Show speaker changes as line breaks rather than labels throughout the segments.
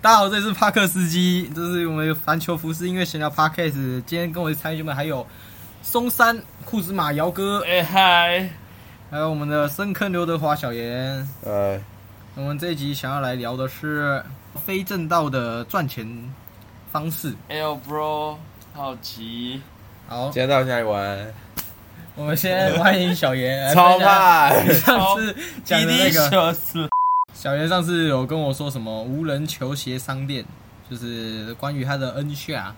大家好，这里是帕克斯基，这是我们环球服饰音乐闲聊 podcast。今天跟我的参与们还有松山、库兹马、姚哥，
哎嗨，
还有我们的深坑刘德华、小严。
呃，
我们这一集想要来聊的是非正道的赚钱方式。
哎呦 bro，好奇，
好，
今天到哪里玩？
我们先欢迎小严来
超
分享
怕！
上次讲的那个
笑死，
小严上次有跟我说什么无人球鞋商店，就是关于他的恩下。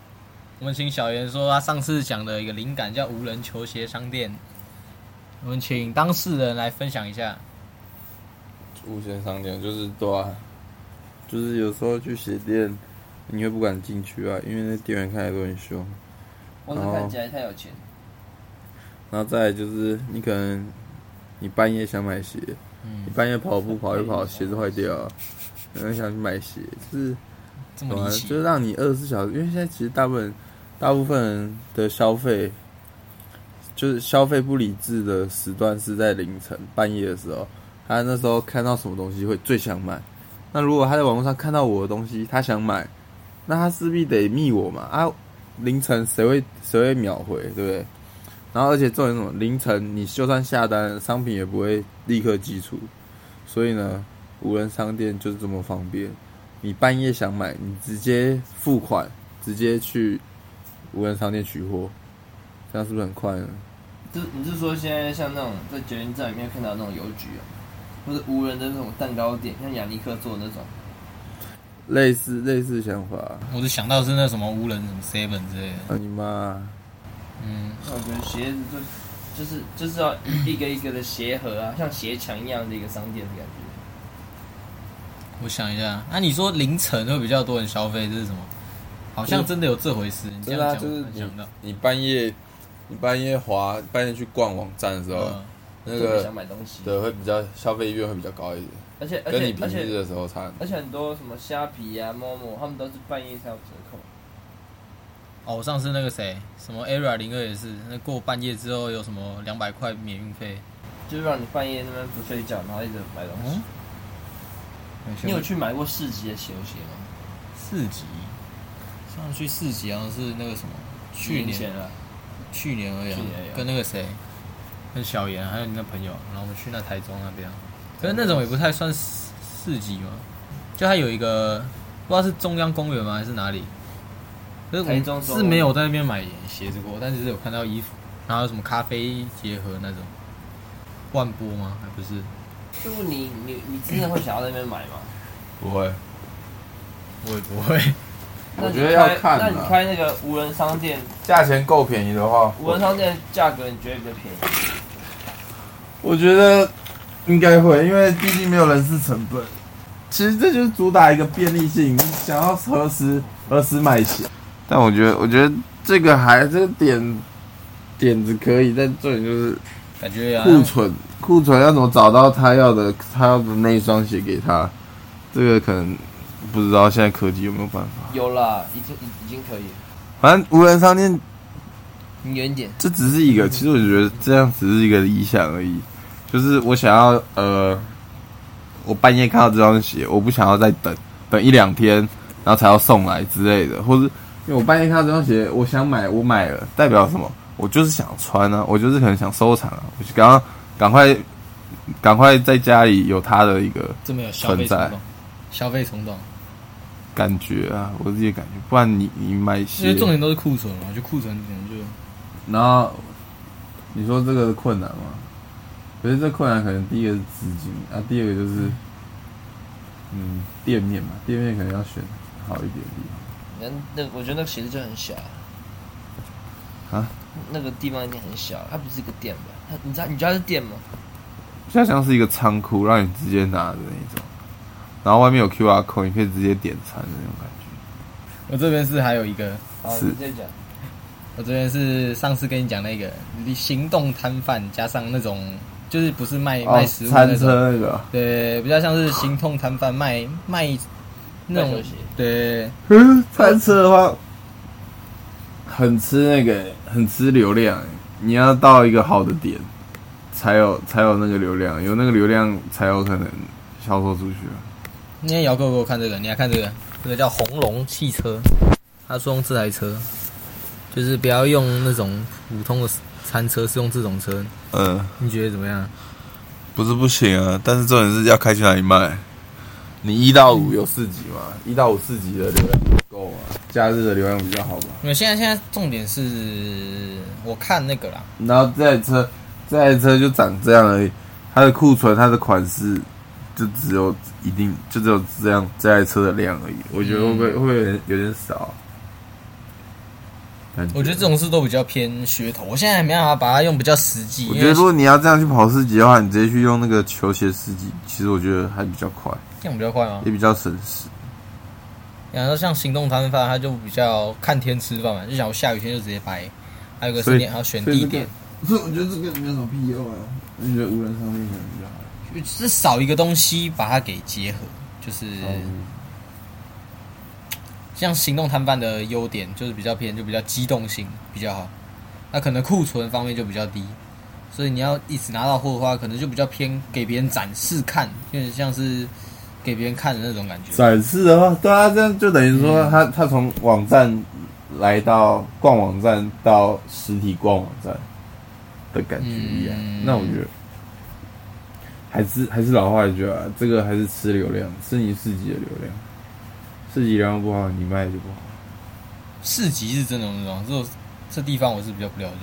我们请小严说他上次讲的一个灵感叫无人球鞋商店。我们请当事人来分享一下。
无限商店就是对啊，就是有时候去鞋店，你会不敢进去啊，因为那店员看起来都很凶。
我只看起来太有钱，
然后再来就是你可能你半夜想买鞋，
嗯
你，半夜跑步跑一跑，鞋子坏掉啊，然后想去买鞋，就是
这
对
么
啊
离奇
就。让你二十四小时，因为现在其实大部分大部分人的消费，就是消费不理智的时段是在凌晨半夜的时候，他那时候看到什么东西会最想买。那如果他在网络上看到我的东西，他想买，那他势必得密我嘛啊！凌晨谁会谁会秒回，对不对？然后而且重点是什么？凌晨你就算下单，商品也不会立刻寄出，所以呢，无人商店就是这么方便。你半夜想买，你直接付款，直接去无人商店取货，这样是不是很快呢？
就你是说现在像那种在捷运站里面看到那种邮局啊，或者无人的那种蛋糕店，像雅尼克做的那种，
类似类似想法，
我就想到是那什么无人什么 seven 之类的。
啊你妈！
嗯，
那我觉得鞋子就就是就是要一个一个的鞋盒啊，像鞋墙一样的一个商店的感觉。
我想一下，那、啊你说凌晨会比较多人消费，这是什么？好像真的有这回事。你这
真
样
的啊
讲，
就是
我才
你
想到。
你半夜你半夜滑，半夜去逛网站的时候，
嗯，
那
特别
个
想买东西，
的会比较消费意愿会比较高一点，
而且而
跟你
且
平
而
日
且
的时候差很多。
而且很多什么虾皮啊、某某，他们都是半夜才有折扣。
哦，我上次那个谁，什么 ERA 零二也是，那过半夜之后有什么两百块免运费。
就是让你半夜那边不睡觉，然后一直买东西。
嗯
你有去买过市集的球鞋吗？
四级？上去四级好像是那个什么，去
年前啊
年
了，
去年而已啊、
去年而已啊
跟那个谁，跟小严还有你那朋友，然后我们去那台中那边啊，可是那种也不太算四四级嘛，就它有一个不知道是中央公园吗还是哪里，可是我
台中
们
中央
是没有在那边买鞋子过，但只是有看到衣服，然后有什么咖啡结合那种，万波吗？还不是，
就是你你你真的会想要在那边买吗？
嗯不会，
我也不会。
我觉得要看
那
啊
你开那个无人商店，
价钱够便宜的话，
无人商店价格你觉得比较便宜？
我觉得应该会，因为毕竟没有人事成本。其实这就是主打一个便利性，你想要何时何时买鞋。但我觉得，我觉得这个还这个点点子可以，但重点就是
感觉啊，
库存，库存要怎么找到他要的他要的那一双鞋给他？这个可能不知道现在科技有没有办法。
有啦，已经已已经可以了。
反正无人商店
你远点，
这只是一
嗯
个，其实我觉得这样只是一个理想而已。就是我想要，呃，我半夜看到这双鞋，我不想要再等等一两天，然后才要送来之类的，或是因为我半夜看到这双鞋，我想买，我买了，代表什么？我就是想穿啊，我就是可能想收藏啊，我就赶快赶快赶快在家里有它的一个
这么有消费冲
存
动，消费冲动，
感觉啊，我自己的感觉，不然你你买
因为
鞋，
重点都是库存嘛，就库存可能就
然后你说这个困难吗？可是这困难可能第一个是资金啊，第二个就是，嗯，店面嘛，店面可能要选好一点的地方。
那那我觉得那个鞋子就很小
啊，
那个地方一定很小，它不是一个店吧？它你知道你知道它是店吗？
现在像是一个仓库，让你直接拿的那种，然后外面有 QR code，你可以直接点餐的那种感觉。
我这边是还有一个，
啊，
是
你这样讲，
我这边是上次跟你讲那个行动摊贩，加上那种就是不是卖、卖食物那
哦餐
种，
车那个，
对，比较像是行动摊贩卖卖那
卖
种
球鞋，
对，
嗯，餐车的话，很吃那个，很吃流量。你要到一个好的点，才有才有那个流量，有那个流量才有可能销售出去啊。
今天姚哥给我看这个，你来看这个，那个叫红龙汽车，他说用这台车，就是不要用那种普通的餐车，是用这种车，
嗯，
你觉得怎么样？
不是不行啊，但是重点是要开去哪里卖。
你一到五有四级嘛？一到五四级的流量够啊，假日的流量比较好吧？
因为现在现在重点是，我看那个啦，
然后这台车，这台车就长这样而已，它的库存、它的款式就只有一定就只有这样这台车的量而已。我觉得会不
嗯
会、会不会有点有点少啊？感
我觉得这种事都比较偏噱头，我现在还没办法把它用比较实际。
我
因
觉得
为
如果你要这样去跑四级的话，你直接去用那个球鞋四级，其实我觉得还比较快，
这样比较快吗？
也比较省时。
然后像行动摊贩，他就比较看天吃饭嘛，就想我下雨天就直接掰。还有个
所
是
以
你还要选
所以
地
这个
点，
所以我觉得这个 没有什么屁用啊。
我觉得无人商店可能比较好。
就是少一个东西把它给结合，就是
哦
像行动摊贩的优点就是比较偏，就比较机动性比较好。那可能库存方面就比较低，所以你要一直拿到货的话，可能就比较偏给别人展示看，有点像是给别人看的那种感觉。
展示的话，对啊，这样就等于说他、他从网站来到逛网站到实体逛网站的感觉一样。
嗯
那我觉得还是还是老话一句啊，这个还是吃流量，吃你自己的流量，自己流量不好，你卖就不好。
市集是真的有那种，这种这地方我是比较不了解。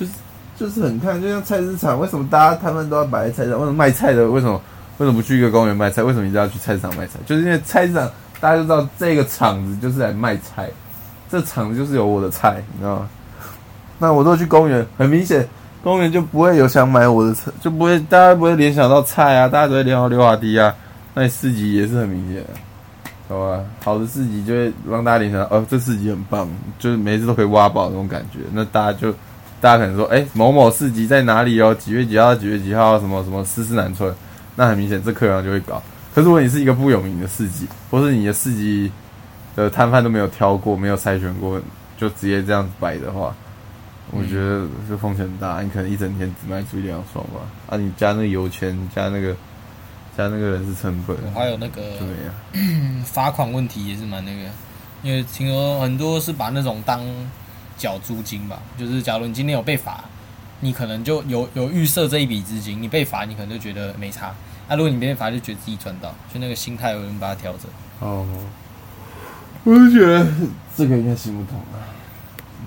就是就是很看，就像菜市场，为什么大家他们都要摆在菜市场？为什么卖菜的为什么为什么不去一个公园卖菜？为什么一定要去菜市场卖菜？就是因为菜市场大家就知道这个场子就是来卖菜，这场子就是有我的菜，你知道吗？那我都去公园，很明显公园就不会有想买我的菜，就不会大家不会联想到菜啊，大家只会联想到溜滑梯啊。那你市集也是很明显啊的。好吧，好的市集就会让大家联想到，哦，这市集很棒，就是每一次都可以挖宝那种感觉。那大家就大家可能说，哎、某某市集在哪里哦？几月几号到几月几号？什么什么思思南村？那很明显，这客流量就会高。可是如果你是一个不有名的市集，或是你的市集的摊贩都没有挑过、没有筛选过，就直接这样摆的话，我觉得这风险很大。你可能一整天只卖出一两双吧，啊，你加那个油钱，加那个加那个人事成本，
还有那个
怎么样？
罚款问题也是蛮那个，因为听说很多是把那种当缴租金吧，就是假如你今天有被罚，你可能就有有预设这一笔资金，你被罚你可能就觉得没差，那、如果你没被罚就觉得自己赚到，就那个心态有人把它调整。
哦，我就觉得这个应该行不通啊，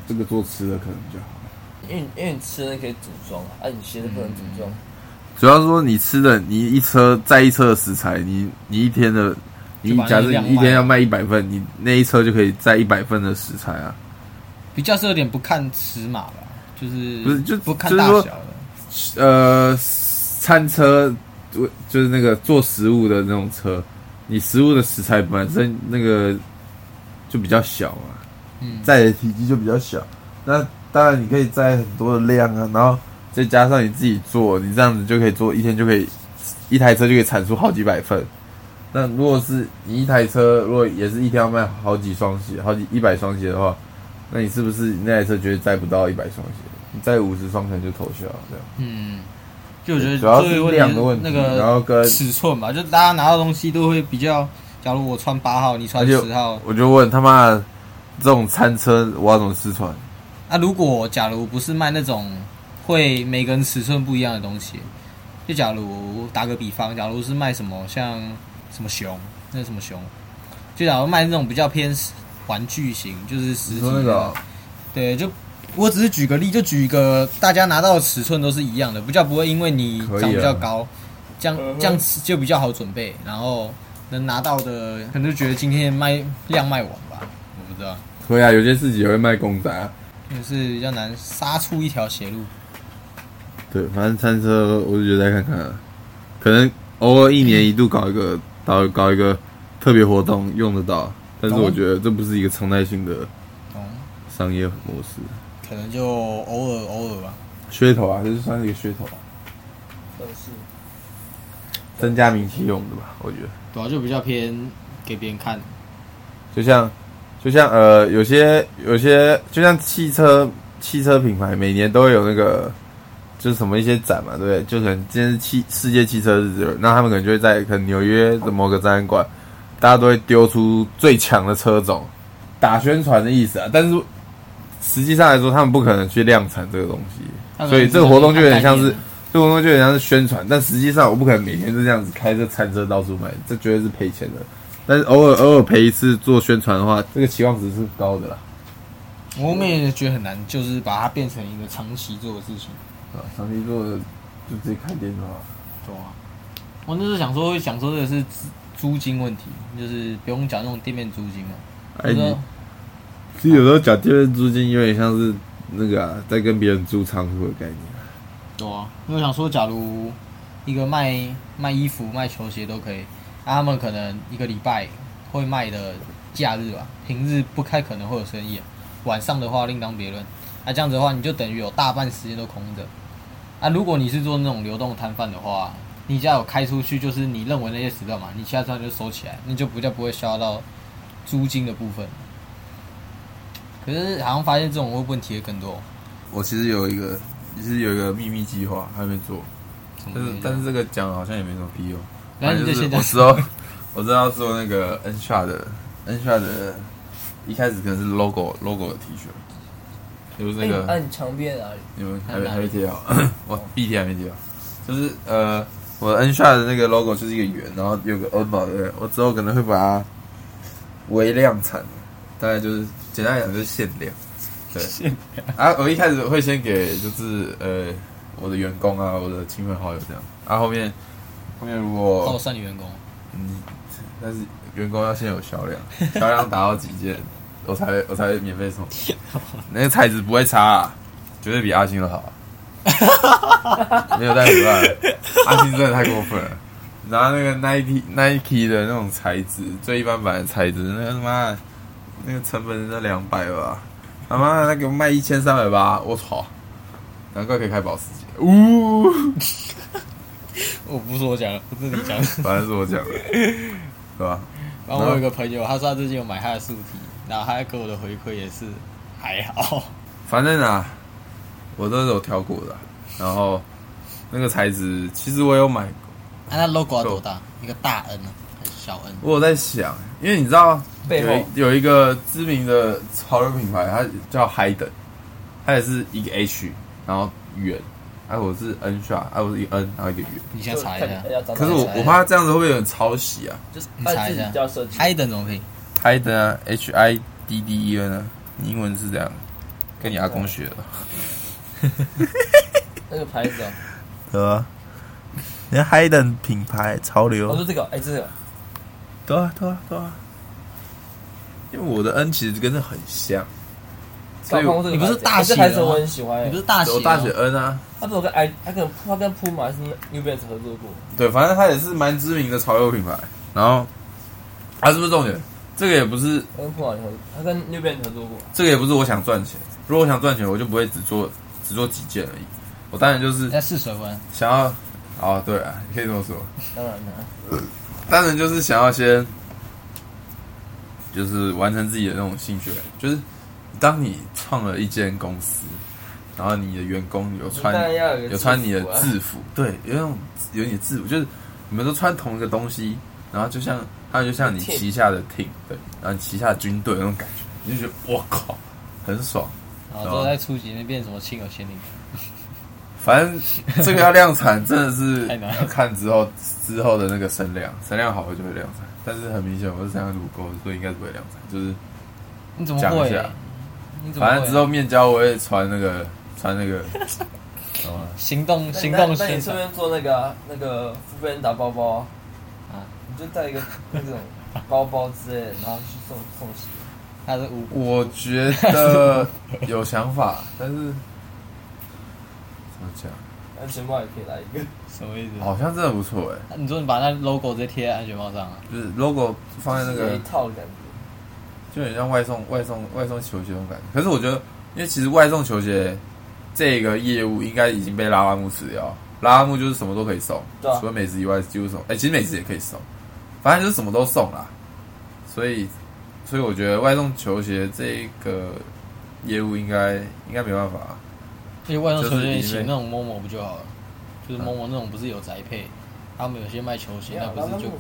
这个做吃的可能比较好。
因为因为你吃的可以组装啊，啊你鞋子不能组装。
嗯主要是说你吃的，你一车载一车的食材，你你一天的，你
就把那
假设
量
你一
卖
天
啊
要卖一百份，你那一车就可以载一百份的食材啊。
比较是有点不看尺码吧，就是
不是就
不看
就是
大
说
小了。
呃，餐车就就是那个做食物的那种车，你食物的食材本身那个就比较小嘛，
嗯，
载的体积就比较小。那当然你可以载很多的量啊，然后再加上你自己做，你这样子就可以做一天就可以一台车就可以产出好几百份。那如果是你一台车，如果也是一天要卖好几双鞋，好几一百双鞋的话，那你是不是那台车绝对载不到一百双鞋？你载五十双可能就投销了这样。
嗯，就我觉得
主要
最
是
有
量的问
问
题，
题是那个
然后跟
尺寸吧，就大家拿到东西都会比较，假如我穿八号，你穿
而且
十号，
我就问他妈的这种餐车我要怎么试穿？
那啊如果假如不是卖那种会每个人尺寸不一样的东西，就假如打个比方，假如是卖什么像什么熊，那是什么熊，就假如卖那种比较偏玩具型，就是实体的
你说那个哦
对，就我只是举个例，就举一个大家拿到的尺寸都是一样的，比较不会因为你
可以啊啊
长比较高，这样这样子就比较好准备，然后能拿到的可能就觉得今天卖量卖完吧，我不知道。
可以啊，有些自己也会卖公仔啊。
就是比较难杀出一条血路。
对，反正餐车我就觉得再看看、啊，可能偶尔一年一度搞 一个搞搞一个特别活动用得到，但是
懂
我觉得这不是一个常态性的
懂，
商业模式，
可能就偶尔偶尔吧。
噱头啊，这就算是一个噱头啊，
但是
增加名气用的吧，我觉得。
主啊要就比较偏给别人看。
就像就像呃，有些有些就像汽车汽车品牌每年都会有那个就是什么一些展嘛，对不对？就可能今天是汽世界汽车日，那他们可能就会在可能纽约的某个展览馆
大家都会丢出最强的车种，打宣传的意思啊。但是实际上来说，他们不可能去量产这个东西，
他可能
所以
只
这个
是
活动就有点像
看
是
概念
这个活动就有点像是宣传，但实际上我不可能每天都这样子开着餐车到处卖，这绝对是赔钱的。但是偶尔偶尔赔一次做宣传的话，这个期望值是高的啦。
我们也觉得很难，就是把它变成一个长期做的事情，
啊，上帝做的就直接开店就好了。
对啊。我那时候想说，想说这个是租租金问题，就是不用缴那种店面租金嘛。
哎，
我
你
说
其实有时候缴店面租金有点像是那个、啊、在跟别人租仓库的概念。
对啊，因为我想说，假如一个卖卖衣服、卖球鞋都可以，啊、他们可能一个礼拜会卖的假日吧，平日不开可能会有生意啊、晚上的话另当别论。那、这样子的话，你就等于有大半时间都空着。啊，如果你是做那种流动摊贩的话，你只要有开出去，就是你认为那些时段嘛，你其他时段就收起来，那就比较不会消耗到租金的部分。可是好像发现这种问题也更多，
我其实有一个，其实有一个秘密计划还没做，
什么
但
嗯
是
原因
但是这个讲好像也没什么屁用。
然后你
反正
就是先
我
讲
知道， 我知道要做那个 N s h a 的 N s h a 的，一开始可能是 logo logo 的 T 恤，就是那个。
哎
哎按墙啊壁在哪里？
你们还没还没贴好， 我 B 贴还没啊贴好，就是呃，我 N s h a 的那个 logo 就是一个圆，然后有个 N 嘛，对不对？我之后可能会把它微量产，大概就是简单来讲就是限量，对。啊，我一开始会先给就是呃我的员工啊，我的亲朋好友这样，啊后面后面如果
到善的员工。
嗯，但是员工要先有销量， 销量达到几件， 我才我才免费送。那个材质不会差、啊，绝对比阿星的好、啊。没有在腐败，阿星真的太过分了。拿那个 Nike Nike 的那种材质，最一般版的材质，那个他妈的那个成本在两百吧，他妈的那个卖一千三百八，我操！难怪可以开保时捷。呜，
我不是我讲的，不是你 讲的。
反正是我讲的， 对吧？
然后我有一个朋友，他说他最近有买他的速提，然后他给我的回馈也是还好。
反正啊，我都是有挑过的啊、然后那个材质，其实我有买，
啊，那 logo 要多大？一个大 N 啊，还是小 N？
我有在想，因为你知道
背后
有一有一个知名的潮流品牌，它叫 Hayden，它也是一个 H，然后圆，哎、我是 N 下，哎、我是一个 N，然后一个圆。
你先查一下。
哦
可是我我怕这样子会不会有人抄袭啊
就是
你查
按
一
自
下
己叫设计，
Hayden 怎么拼？
？Hayden 啊，H I D D E N 啊，你英文是这样，跟你阿公学的，
那个牌子哦，
对啊吧？人家 Hayden 品牌潮流
我说这个，哎，这个
对啊，对啊，对啊。因为我的 N 其实跟这很像，所以
搞不好这个
你不是
牌子
大
哎
写
这
的
牌子
吗
我很喜欢
你
哎
不。是大写？
我大学。N 啊，
他不是有跟 i，他跟他跟 Puma 还是 New Balance 合作过，
对，反正它也是蛮知名的潮流品牌。然后，啊，是不是重点？这个也不是，
他跟 Puma 合，他跟 New Balance 合作过。
这个也不是我想赚钱。如果我想赚钱，我就不会只做只做几件而已。我当然就是
在试水温，
想要，哦，对啊，你可以这么说。
当然了，
当然就是想要先，就是完成自己的那种兴趣，就是当你创了一间公司，然后你的员工有穿
当然要有一个
有穿你的
制服啊
制服，对，有那种有你的制服，就是你们都穿同一个东西，然后就像他就像你
Team
旗下的 team，对，然后你旗下的军队那种感觉，你就觉得我靠，很爽。
然后哦之后在初级那变什么亲友限定，
反正这个要量 产，真的是
太难了
要看之后之后的那个声量，声量好我就会量产。但是很明显，我是声量是不够的，所以应该是不会量产。就是
你怎么
讲
会
一下？
你怎么会？
反正之后面交我会传那个传那 个，懂吗？
行动 行
那
动
那你
宣
顺
传，
便做那个啊那个富贝人打包包啊，
啊
你就带一个那种包包之类的，然后去送送洗。
他是五
我觉 得有想法，但是怎么讲？
安全帽也可以来一个，
什么意思？啊
好像真的不错哎、
你说你把那 logo 直接贴在安全帽上啊？
就是 logo 放在那
就是有
个
一套感觉。
就很像外送外送外送球鞋那种感觉。可是我觉得，因为其实外送球鞋这个业务应该已经被拉拉木吃掉，拉拉木就是什么都可以送，
对啊
除了美食以外几乎什么，哎、其实美食也可以送，反正就是什么都送啦。所以，所以我觉得外送球鞋这个业务应该应该没办法。
因为外送球
就是
鞋
因为嗯
请那种 Momo 不就好了？就是 Momo 那种不是有宅配，他们有些卖球鞋，
没有啊
那，
拉
不
拉
是就
木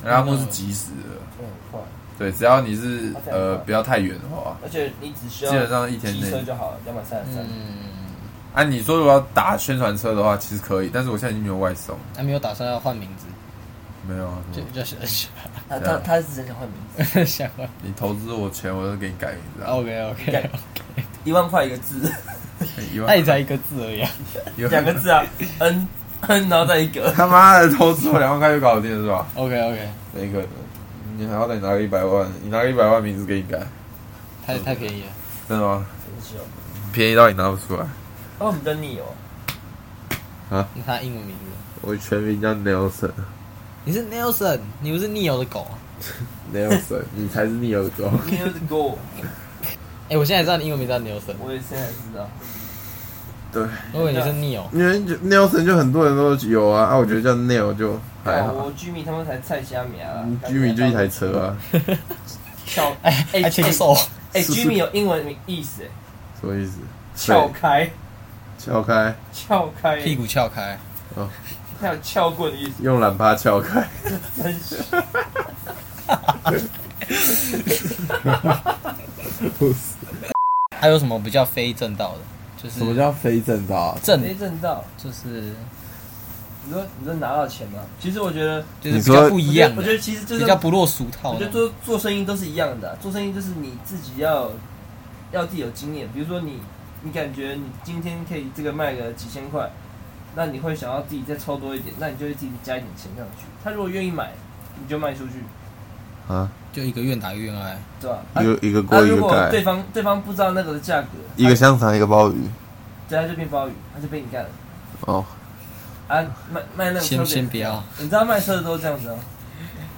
斯
拉木是及时的，
那很快，
对，只要你是
它非常
呃
快
不要太远的话，
而且你只需
基
要
本上一天
啊机车
内。
就好了，两百三十三。
嗯，
啊，你说如果要打宣传车的话，其实可以，但是我现在已经没有外送，
还没有打算要换名字，
没有啊。
就就是
他
对
他
啊
他是真想换名字，
想换。
你投资我钱，我就给你改名字啊。
哦
OK OK，
一万块一个字，
一万
那你才一个字而已、啊，
一 万
两个字啊，n n 然后再一个，
他妈的投资我两万块就搞定了是吧？
OK OK，
没可能，你还要再拿个一百万，你拿个一百万名字给你改，
太太便宜了。
真的吗？
真是哦。
便宜到你拿不出来。
那我们等 你哦，
那他英文名字，
我全名叫 Nelson，Nelson，
你是 Nelson，你不是 Neo 的狗、啊。
你才是逆友狗。
你有 the goal，
哎、我现在知道你英文名叫 Nelson，
我也现在知道。
对，
我以为你是 Neo。
因为就 Nelson 就很多人都有啊，啊，我觉得叫 Nel 就还
哦
好
我。居民他们才菜虾米啊
嗯，居民就一台车啊，
撬
哎、
哎
还挺瘦。
哎，
是是
居民有英文名意思，哎
什么意思？
撬开
撬开，
撬开，
屁股翘开，
还有撬棍的意思，
用懒趴撬开。
真是
还有什么比较非正道的？就是
什么叫非正道啊？
正？
没挣到。
就是
哎你说你说拿到钱吗？其实我觉得
就是
你
比
说
较不一样
我
的
觉，得其实就是
比较不落俗套
我
的
觉得。做做生意都是一样的啊、做生意就是你自己要要自己有经验。比如说你你感觉你今天可以这个卖个几千块，那你会想要自己再抽多一点，那你就会自己加一点钱上去。他如果愿意买，你就卖出去，
啊，
就一个愿打一个愿挨。
对吧？
一
啊
个一个
啊
锅一
如
个
果对
盖，
方对方不知道那个的价格，
一个香肠一个鲍鱼。
对他就变包雨，他就被你干了
哦，
啊！卖卖那个车
先
给
先不要，
你知道卖车的都这样子哦、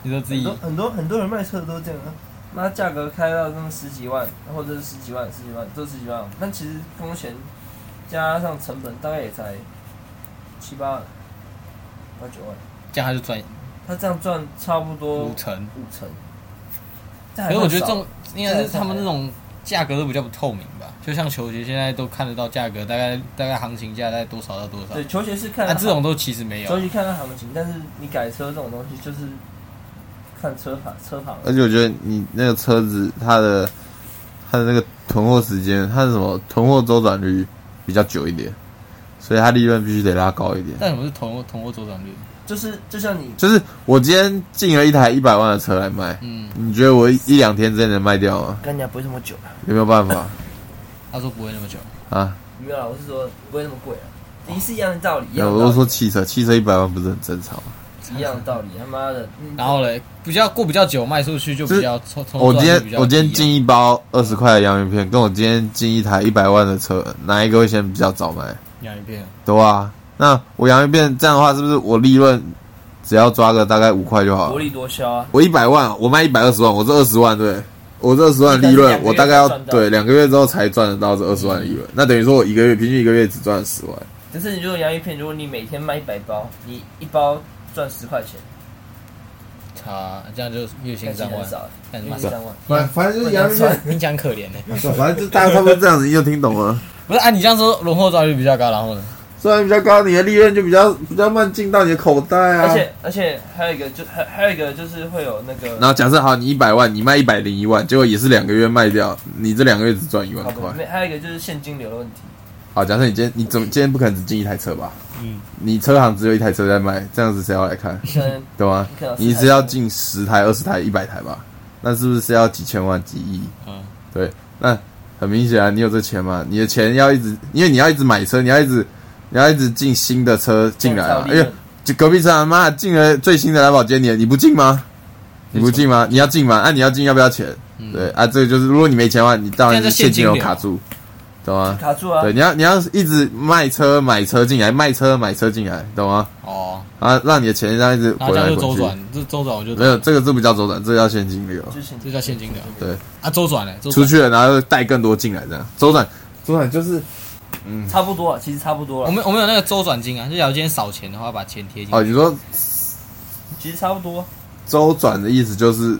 你说自
很
己
多很多很多人卖车的都这样啊，那价格开到那么十几万，或者是十几万、十几万都十几万，那其实工钱加上成本大概也才七八万、八九万，
这样他就赚
他这样赚差不多
五成。
五成。可
可是我觉得这种应该
这
是
还算
他们那种价格都比较不透明吧，就像球鞋现在都看得到价格，大概大概行情价大概多少到多少
对，球鞋是看
那
它
啊这种都其实没
球
有。啊
鞋看它行情，但是你改车这种东西就是看车牌车啊牌。
呃
而且我觉得你那个车子它的它的那个囤货时间，它的什么囤货周转率比较久一点，所以它利润必须得拉高一点。
但什么是同货同货周转率？
就是就像你
就是我今天进了一台一百万的车来卖，
嗯，
你觉得我一一两天之内能卖掉吗？
干家不会这么久啊，
有没有办法
他说不会那么久。
嗯
啊？
没有啦，我是说不会那么贵啊，
哦
一是一样的道
呃
理，一样的
有，我
道
都
理。
说汽车，汽车一百万不是很正常吗？
一样的道理，他妈的。嗯
然后嘞，比较过比较久卖出去就比啊较从从
我今天我今天进一包二十块的洋芋片，跟我今天进一台一百万的车，哪一个会先比较早卖？
养一遍，
对啊，那我洋芋片这样的话，是不是我利润只要抓个大概五块就好
薄
了？
利多销啊，
我一百万，我卖一百二十万，我这二十万对，我这二十万利润，我大概要
但是两个月才赚到
对两个月之后才赚得到这二十万的利润，那等于说我一个月平均一个月只赚了十万。
可是你如果洋芋片，如果你每天卖一百包，你一包赚十块钱，
差这样就月薪
但是
三
很
万，
少，
那你
月
妈
薪三万，
反反正就是
洋芋 片，
你讲可怜呢、
反正就大概差不多这样子，你就听懂了。
不是啊？你这样说轮货周转率比较高，然后呢？
虽然比较高，你的利润就比较比较慢进到你的口袋啊。
而且而且还有一个就还还有一个就是会有那个
然后假设好，你一百万，你卖一百零一万，结果也是两个月卖掉，你这两个月只赚一万
好
块
的，。没还有一个就是现金流的问题，
好，假设你今天你怎么今天不可能只进一台车吧？
嗯，
你车行只有一台车在卖，这样子谁要来看？
可能
对吗
嗯你可能？
你是要进十台、二十台、一百台吧？那是不是要几千万、几亿？
嗯，
对，那很明显啊，你有这钱吗？你的钱要一直，因为你要一直买车，你要一直，你要一直进新的车进来啊
创。造
因
利
为
润
就隔壁车行妈进了最新的兰博基尼，你不进吗？你不进吗？你要进吗？啊，你要进要不要钱？对啊，这个就是如果你没钱的话，你当然
现在
是
是现
现
金
金
流
流卡住，懂吗？
卡住啊
对，，你要你要一直卖车买车进来，卖车买车进来，懂吗？
哦，
啊，让你的钱这样一直
然后
滚
这
来
样就
滚
周
去。
转，这周转我就
没有，这个这不叫周转，这叫现金流。
就是现
这
金
叫现金流
对
啊，周转嘞，周
出
转
去了，然后带更多进来，这样周转，周转就是
差不多啊，其实差不多
我
了，
们我们有那个周转金啊，就假如今天少钱的话，把钱贴进去。
哦，你说
其实差不多，啊
周转的意思就是，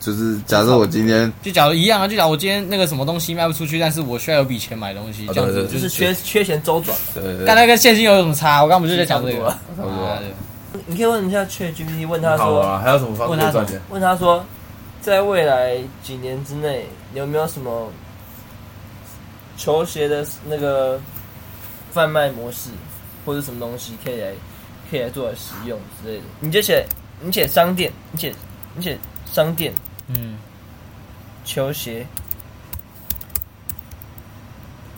就是假设我今天
就假如一样啊，就假如我今天那个什么东西卖不出去，但是我需要有笔钱买东西，
哦
这样
对
子
对
就
是
是缺缺钱周转嘛，
对对
干那个现金流有什么差？我刚不是在讲这个
差不多
吗
啊？
差不多
妈的
你可以问一下 ChatGPT，问他
好
说，
啊，还有什么方
问他
式赚钱？
问他说，在未来几年之内，你有没有什么球鞋的那个贩卖模式，或者什么东西可以来可以来做来使用之类的？你就写你写商店，你写你写商店
嗯，
球鞋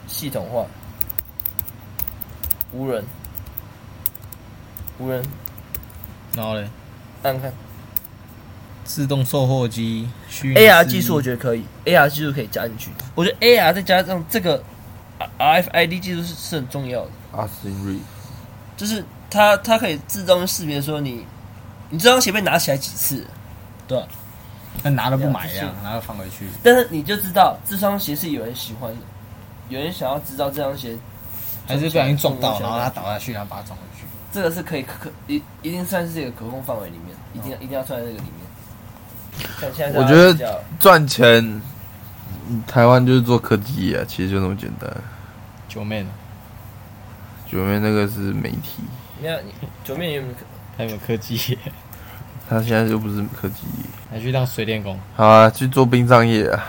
系统化，无人无人
然后嘞，
按看
自动售货机、虚拟
AR
视
哎技术，我觉得可以，AR 技术可以加进去。我觉得 AR 再加上这个 RFID 技术是是很重要的，
阿星瑞，
就是它它可以自动识别说你，你这双鞋被拿起来几次，
那拿了不买
这
呀
样，
然后放回去。
但是你就知道这双鞋是有人喜欢的，有人想要知道这双鞋，
还是不小心撞到，
撞到
然后他倒下去，然后把他撞回去。
这个是可以可可一一定算是这个可控范围里面，一定要一定要算在这个里面。像现在
我觉得赚钱，嗯台湾就是做科技业啊，其实就那么简单。
九妹
啊
呢？
九妹那个是媒体，
你看你九面有没有可
他有没有科技？
他现在就不是科技业。
还去当水电工，
好啊，去做殡葬业啊，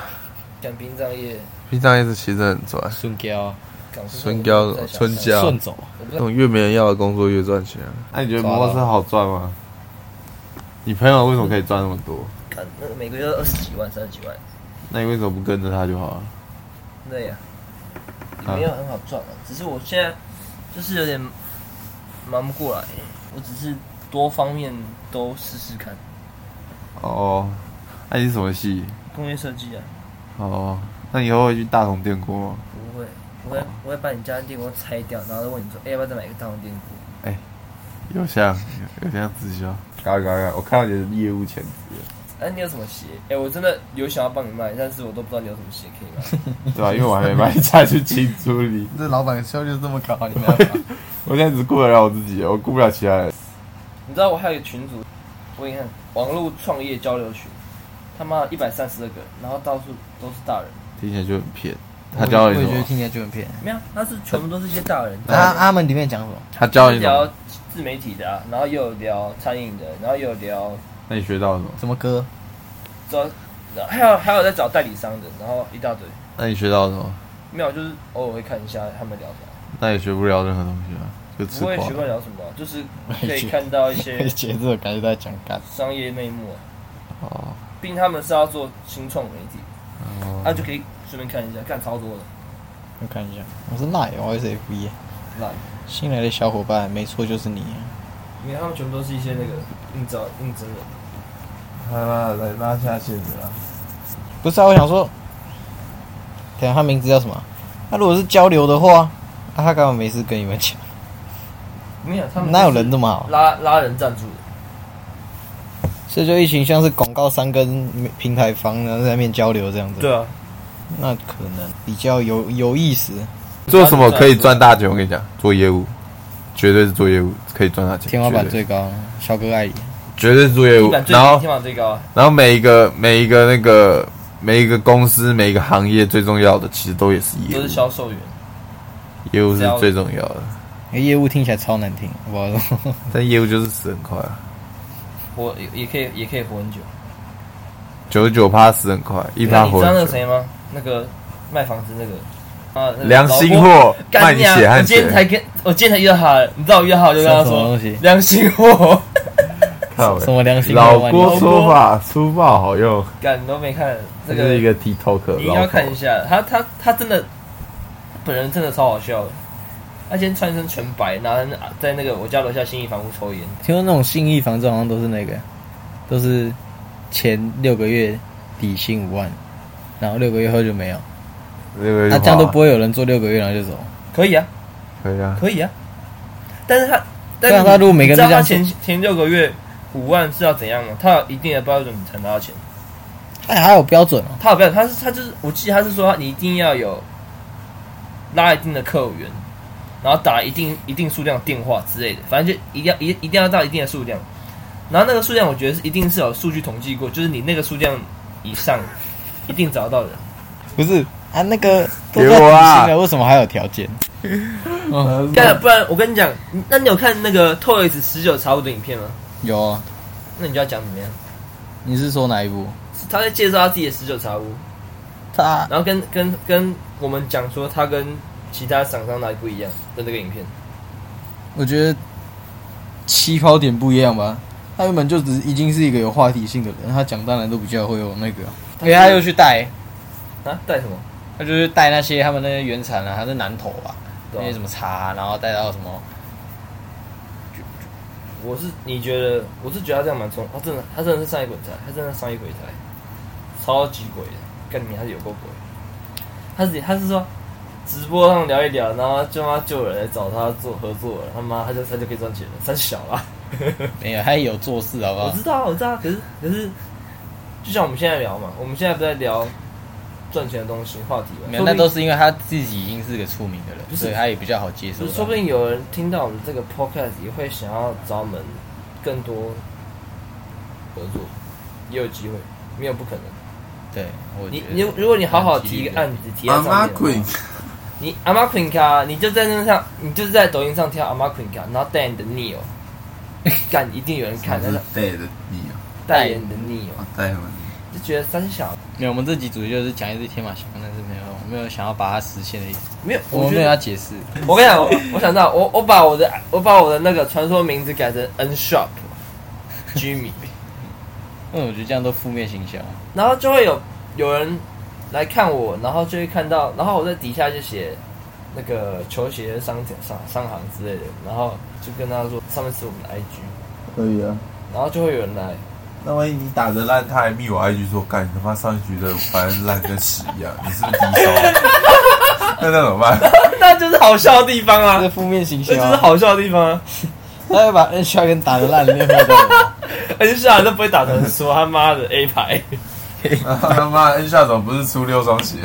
干殡葬业、
殡葬业是其实很赚，
顺胶、啊
港
春娇春
家，
娇
顺走，
我不
那
知道
种越没人要的工作越赚钱啊。
那哎你觉得摩托车好赚吗？你朋友为什么可以赚那么多？
干那个每个月二十几万、三十几万。
那你为什么不跟着他就好了？
累啊，也
啊
没有很好赚啊。只是我现在就是有点忙不过来，我只是多方面都试试看。
哦，那你是什么系？
工业设计啊，
哦，那你以后会去大同电锅吗？
不会，我会我会把你家的电锅拆掉，然后再问你说，哎、要不要再买一个大红电锅？
有像有像直销，嘎嘎嘎！我看到你的业务潜质，
哎、你有什么鞋？哎、我真的有想要帮你卖，但是我都不知道你有什么鞋可以 卖。
对啊吧、因为我还没把你嫁去清楚你，
这老板效率这么高，你没办法。
我现在只顾得了我自己，我顾不了其他人。
你知道我还有一个群组，我给你看，网络创业交流群，他妈一百三十二个人，然后到处都是大人，
听起来就很骗。他教你
我
什
也觉得
么？
听起来就很骗。
没有，他是全部都是一些大人。
他他们里面讲什么？
他教哦你什
聊
么？
自媒体的、啊，然后又有聊餐饮的，然后又有聊
那你学到什么？
什么歌？
找，还有还有在找代理商的，然后一大堆。
那你学到什么？
没有，就是偶尔会看一下他们聊什么，
那也学不了任何东西啊，就吃
不会
瓜
学。会聊什么啊、就是可
没
以
觉
看到一些
觉得这个感觉都在讲干。
商业内幕、啊，
哦，
毕竟他们是要做新创媒体，
哦
那、就可以顺便看一下，看超多的。
我看一下，我是 Line，我是 FB。
那
新来的小伙伴，没错，就是你。
你看他们全部都是一些那个应招应征的，
他妈的拉下线的啦！
不是啊，我想说，等一下他名字叫什么？那如果是交流的话，啊、他干嘛没事跟你们讲？
没有他们
哪有人这么好？
拉拉人赞助的，
所以就一群像是广告商跟平台方，然后在那边交流这样子。，
啊，
那可能比较有有意思。
做什么可以赚大钱？我跟你讲，做业务，绝对是做业务可以赚大钱。
天花板
绝对
最高，小哥爱你。
绝对是做业
地
务
板，最
然后
天板最高啊，
然后每一个每一个那个每一个公司每一个行业最重要的其实都也是业
都
务
是，销售员，
业务是最重要的，
欸业务听起来超难听，好不 好？
但业务就是死很快啊，
活也也可以也可以活很久。
九十九趴死很快，一
那
趴
你知
活
道那
很
个
久
谁吗？那个卖房子那个啊，那个
良心
老
货，
干
卖你
娘
血
我
汗
今天才
钱，
跟我今天才遇到他的，你知道我遇到他我就跟他
什么
说
东西
良心货，
靠
什么良心货
老
啊
郭说法粗暴好用，
干你都没看
这
这
是一
个，
个 TikTok，
你一定要看一
下，
下他他他真的本人真的超好笑的，他今天穿一身全白，然后在那个我家楼下新义房屋抽烟，
听说那种信义房子好像都是那个，都是前六个月底薪五万，然后六个月后就没有，
这个啊
那、
啊
这样都不会有人做六个月然后就走。
可以啊
可以啊，
可以啊，但是他但
对啊
是
他如果每个人
你知道
都这样
他前前六个月五万是要怎样吗？他有一定的标准才拿到钱。
哎，还有标准哦，
他有没有？他是他就是，我记得他是说你一定要有拉一定的客源，然后打一定一定数量的电话之类的，反正就一定要一一定要到一定的数量。然后那个数量，我觉得是一定是有数据统计过，就是你那个数量以上，一定找到人。
不是啊，那个都
给我啊
在底薪了，为什么还有条件？哦，
干，不然我跟你讲，你那你有看那个 Toys 十九茶壶的影片吗？
有啊，
那你就要讲怎么样？
你是说哪一部？
是他在介绍他自己的十九茶壶，
他
然后跟跟跟我们讲说他跟其他厂商哪里不一样的那个影片。
我觉得起跑点不一样吧。他原本就只已经是一个有话题性的人，他讲当然都比较会有那个，因哎为他又去带，
啊，带什么？
他就是带那些他们那些原产啊，他是南投啊，那
对啊
些什么茶，然后带到什么，
我是你觉得，我是觉得他这样蛮冲，他真的，他真的是上一鬼才，他真的上一鬼才，超级鬼的，干你还是有够鬼。他是他是说直播上聊一聊，然后就他妈就有人来找他做合作了，他妈他就他就可以赚钱了，三小 啦。
没有，他也有做事好不
我
好
知？道，我知道，可是可是，就像我们现在聊嘛，我们现在不在聊赚钱的东西话题嘛，
没有，
说不
那
定
都是因为他自己已经是个出名的人，
不是
所以他也比较好接受
就
到。
是说不定有人听到我们这个 podcast 也会想要找我们更多合作，也有机会，没有不可能。
对，我
你
觉得
你如果你好好提一
蛮有几率的
个案子，提在
阿
上面
妈
的话
Queen，
你阿妈 Queen 卡，你就在那上，你就是在抖音上跳阿妈 Queen 卡，然后代言你的 Neo，干一定有人看，
这
但
是
是
对的你啊，
代言你的 Neo，
我带了
就觉得三小
没有，我们这集主题就是讲一只天马行空，但是没有，我没有想要把它实现的意思，
没有，
我
我
们
觉
没有要
得
解释。
我跟你讲，我我想到，我我把我的我把我的那个传说名字改成 N Shop Jimmy，
因为我觉得这样都负面形象。啊
然后就会有有人来看我，然后就会看到，然后我在底下就写那个球鞋商店商商行之类的，然后就跟他说上面是我们的 IG，
可以啊。
然后就会有人来，
那万一你打的烂，他还密我 IG 说，干你他妈上一局的反正烂跟屎一样，你是不是低烧？啊 那那怎么办？
那就是好笑的地方
这是
啊，
负面形
这
象、
就是，好笑的地方啊。
他会把 N 校跟打的烂的那货都。
N Shop 都不会打成说他妈的 A 牌，
他妈，N 校总不是出六双鞋？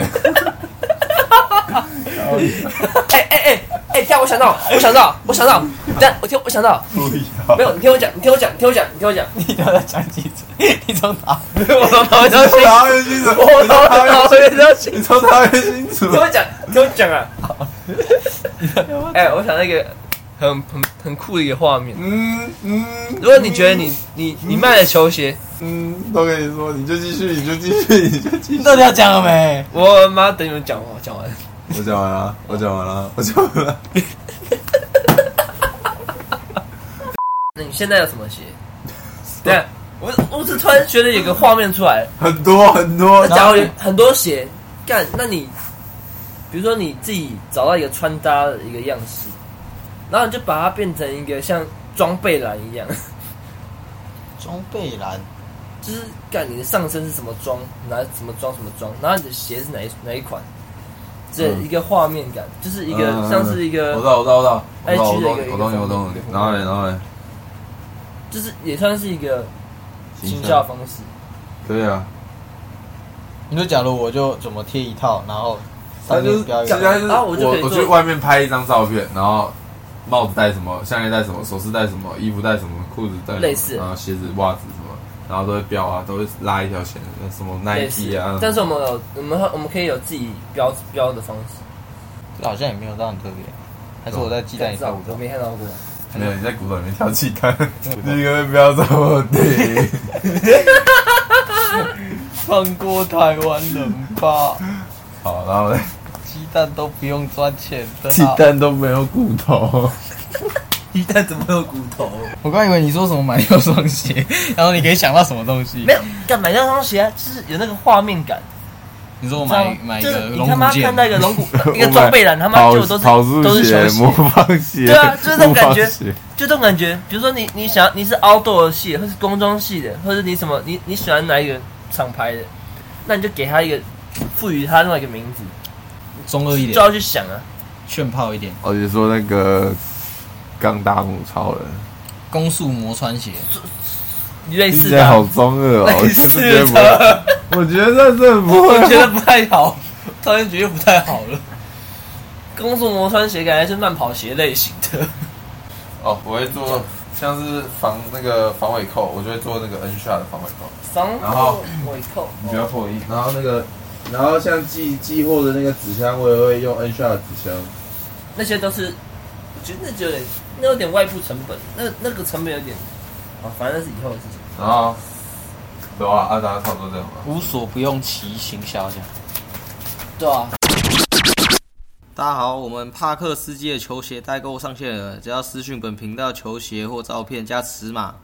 哎哎哎哎，这样我想到，我想到，我想到，但我听我想到，
不要
没，有，你听我讲，你听我讲，你听我讲，你听我讲，
你都要讲几次？你从打
我从头到尾。
讨厌清楚，
我
你
我
说讨
我
厌，
我也是要请
你说讨厌清楚
听，我 讲，听我讲啊！哎，我想到一个很很很酷的一个画面。
嗯嗯
如果你觉得你你你卖了球鞋，
嗯，都跟你说，你就继续，你就继续，你就继续。
到底要讲了没？
我妈等你们讲完，我讲完。
我讲完了，我讲完了，我讲完了。
那你现在有什么鞋？对，我我只突然觉得有个画面出 来，
很多很多，
假如有很多鞋，干，那你比如说你自己找到一个穿搭的一个样式，然后你就把它变成一个像装备栏一样。
装备栏，
就是干你的上身是什么装，哪什么装什么装，然后你的鞋是哪一哪一款，这
嗯
一个画面感，就是一个、
嗯
像是一
我知
个，
道，我知道，我知道，我
IG
懂，我
的一
懂
个，
我懂你，我懂
一
你
个。
然后嘞，然后嘞，
就是也算是一个行
行
销方式。
对啊，
你说假如我就怎么贴一套，然后
他
上
就是，
面标
其
一
实
个，
他就是
然后
我
我就可以
我
做
去外面拍一张照片，然后帽子戴什么，项链戴什么，首饰戴什么，衣服戴什么，裤子戴什么
类似
然后鞋子、袜子什么，然后都会标啊，都会拉一条线，什么
类
Nike
似
啊，
但是我们有我们我们可以有自己标标的方式。
这好像也没有到很特别。还是我在鸡蛋里
知道
找不
啊我
到？
没看到过。
没有你在骨头里面挑气看，你可不要这么对。
放过台湾人吧，
好，然后嘞，
鸡蛋都不用赚钱的。
鸡，蛋都没有骨 头，
一蛋怎么有骨头？
我刚以为你说什么买六双鞋，然后你可以想到什么东西？
没有，干买那双鞋啊，就是有那个画面感。
你说我
你知道
买
吗
买一
就是
个
你
龙
他妈
骨剑
看，到一个龙骨 一个装备栏，他妈
跑
就都是
跑 速
都是球
鞋、
鞋
模。仿鞋，
对啊就是这种感觉
模仿鞋
就这种感觉，比如说你你想你是 outdoor 系的，或是工装系的，或是你什么你你喜欢哪一个厂牌的，那你就给他一个赋予他另外一个名字，
中二一
就
点，
要去想啊。
炫炮一点，
我就哦说那个钢大母超人，
攻速磨穿鞋。
类
听
似
起来
的
好
啊，
中二哦，
类
我就是
似
觉得不会，
的，
我觉得这不
我觉
会。
得不太好，突然觉得不太好了。
工作摩穿鞋感觉是慢跑鞋类型的，
哦，我会做像是防那个防尾扣，我就会做那个 N shot 的防尾扣，
防
然 后
尾扣，
你不要破音。然后那个，然后像寄寄货的那个纸箱，我也会用 N shot 的纸箱，
那些都是，我觉得那就有点，那有点外部成本，那那个成本有点，啊，反正那是以后的事情。
然后，对啊，啊，大家差不多这样吧。
无所不用其行销这样。
对啊，
大家好，我们帕克斯基的球鞋代购上线了，只要私讯本频道球鞋或照片加尺码，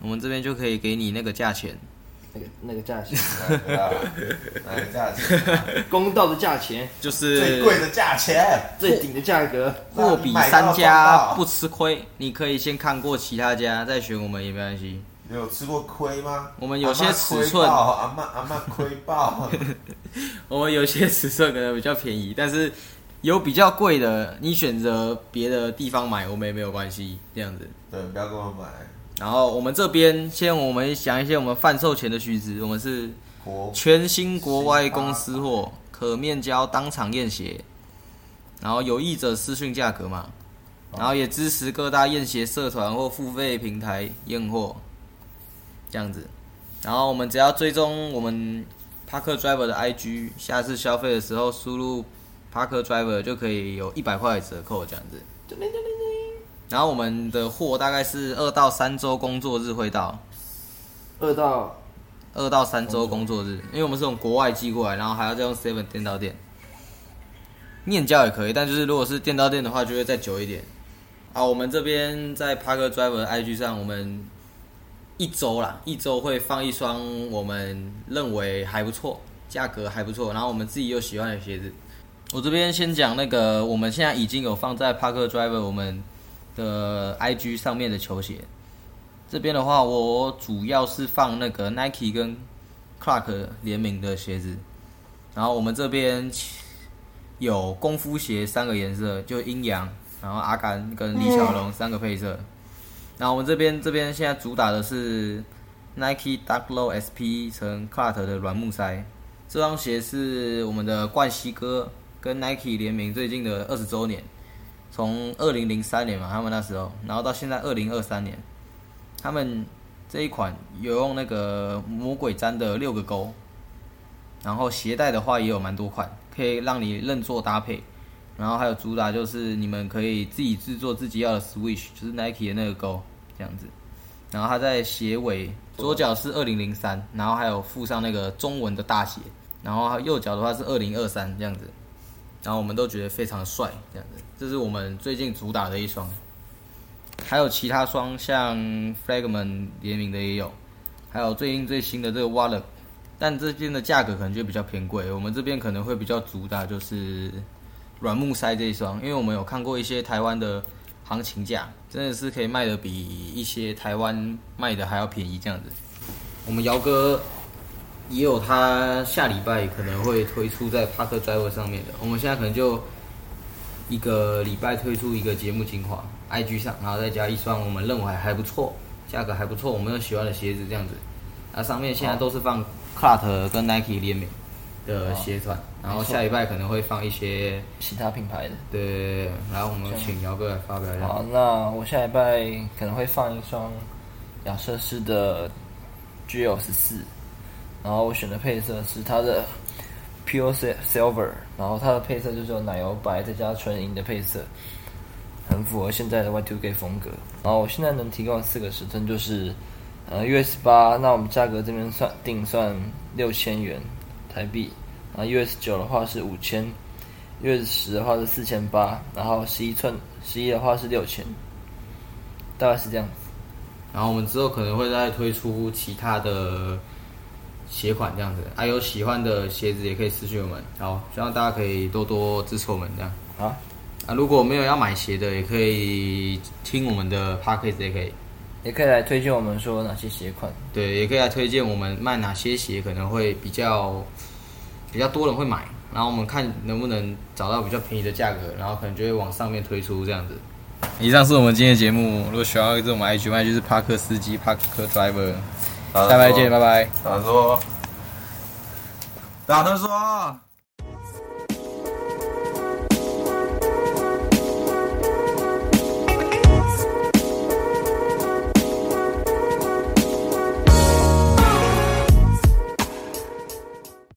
我们这边就可以给你那个价钱。
那个那个价钱，
对啊哪个价钱？
公道的价钱，
就是
最贵的价钱。
最顶的价 格，
货比三家不吃亏，你可以先看过其他家，再选我们也没关系。
你有吃过亏吗？
我们有些尺寸
阿妈阿妈亏爆，
我们有些尺寸可能比较便宜，但是有比较贵的，你选择别的地方买，我们也没有关系，这样子。
对，不要跟我买
然后我们这边先我们讲一些我们贩售前的须知，我们是
国
全新国外公司货，可面交当场验血，然后有意者私讯价格嘛，然后也支持各大验血社团或付费平台验货，这样子。然后我们只要追踪我们 Parker Driver 的 IG，下次消费的时候输入 Parker Driver 就可以有一百块的折扣，这样子。然后我们的货大概是二到三周工作日会到，
二到
二到三周工作日，因为我们是从国外寄过来，然后还要再用 Seven 电到店，面交也可以，但就是如果是电到店的话，就会再久一点。啊，我们这边在 Parker Driver 的 IG 上，我们一周啦，一周会放一双我们认为还不错、价格还不错，然后我们自己又喜欢的鞋子。我这边先讲那个，我们现在已经有放在 Parker Driver 我们的 IG 上面的球鞋，这边的话，我主要是放那个 Nike 跟 Clark 联名的鞋子，然后我们这边有功夫鞋三个颜色，就阴阳，然后阿甘跟李小龙三个配色。然后我们这边这边现在主打的是 Nike Dark Low SP 乘 Clark 的软木塞，这双鞋是我们的冠希哥跟 Nike 联名最近的二十周年，从二零零三年嘛，他们那时候，然后到现在二零二三年。他们这一款有用那个魔鬼毡的六个勾，然后鞋带的话也有蛮多款，可以让你任做搭配。然后还有主打就是你们可以自己制作自己要的 Switch，就是 Nike 的那个勾这样子。然后它在鞋尾左脚是二零零三，然后还有附上那个中文的大写，然后右脚的话是二零二三这样子。然后我们都觉得非常帅这样子，这是我们最近主打的一双。还有其他双像 Fragment 联名的也有，还有最近最新的这个 Wallet，但这边的价格可能就比较偏贵。我们这边可能会比较主打就是软木塞这一双，因为我们有看过一些台湾的行情价，真的是可以卖的比一些台湾卖的还要便宜这样子。我们姚哥也有他下礼拜可能会推出在 Park Driver 上面的，我们现在可能就一个礼拜推出一个节目精华，IG 上，然后再加一双我们认为还不错，价格还不错，我们又喜欢的鞋子这样子。那上面现在都是放 Clut 跟 Nike 联名的鞋款，然后下礼拜可能会放一些，
其他品牌的。
对，然后我们请姚哥来发表一下。
好，那我下礼拜可能会放一双亚瑟士的 G 1 4然后我选的配色是它的 Pure Sil- Silver，然后它的配色就是有奶油白再加纯银的配色，很符合现在的 Y2K 风格。然后我现在能提供的四个尺寸就是，呃，月十八，那我们价格这边算定算六千元台币，然后月十九的话是五千，月十的话是四千八，然后十一寸十一的话是六千，大概是这样子。
然后我们之后可能会再推出其他的鞋款这样子，啊还、有喜欢的鞋子也可以私信我们。好，希望大家可以多多支持我们这样。
好，
啊，如果没有要买鞋的，也可以听我们的 p a c k a g e 也可以。
也可以来推荐我们说哪些鞋款。
对，也可以来推荐我们卖哪些鞋可能会比较比较多人会买，然后我们看能不能找到比较便宜的价格，然后可能就会往上面推出这样子。以上是我们今天的节目，如果喜欢这种 IG 卖就是帕克司机帕克 driver，
打算说
下拜见，拜拜。
打算说，打算说。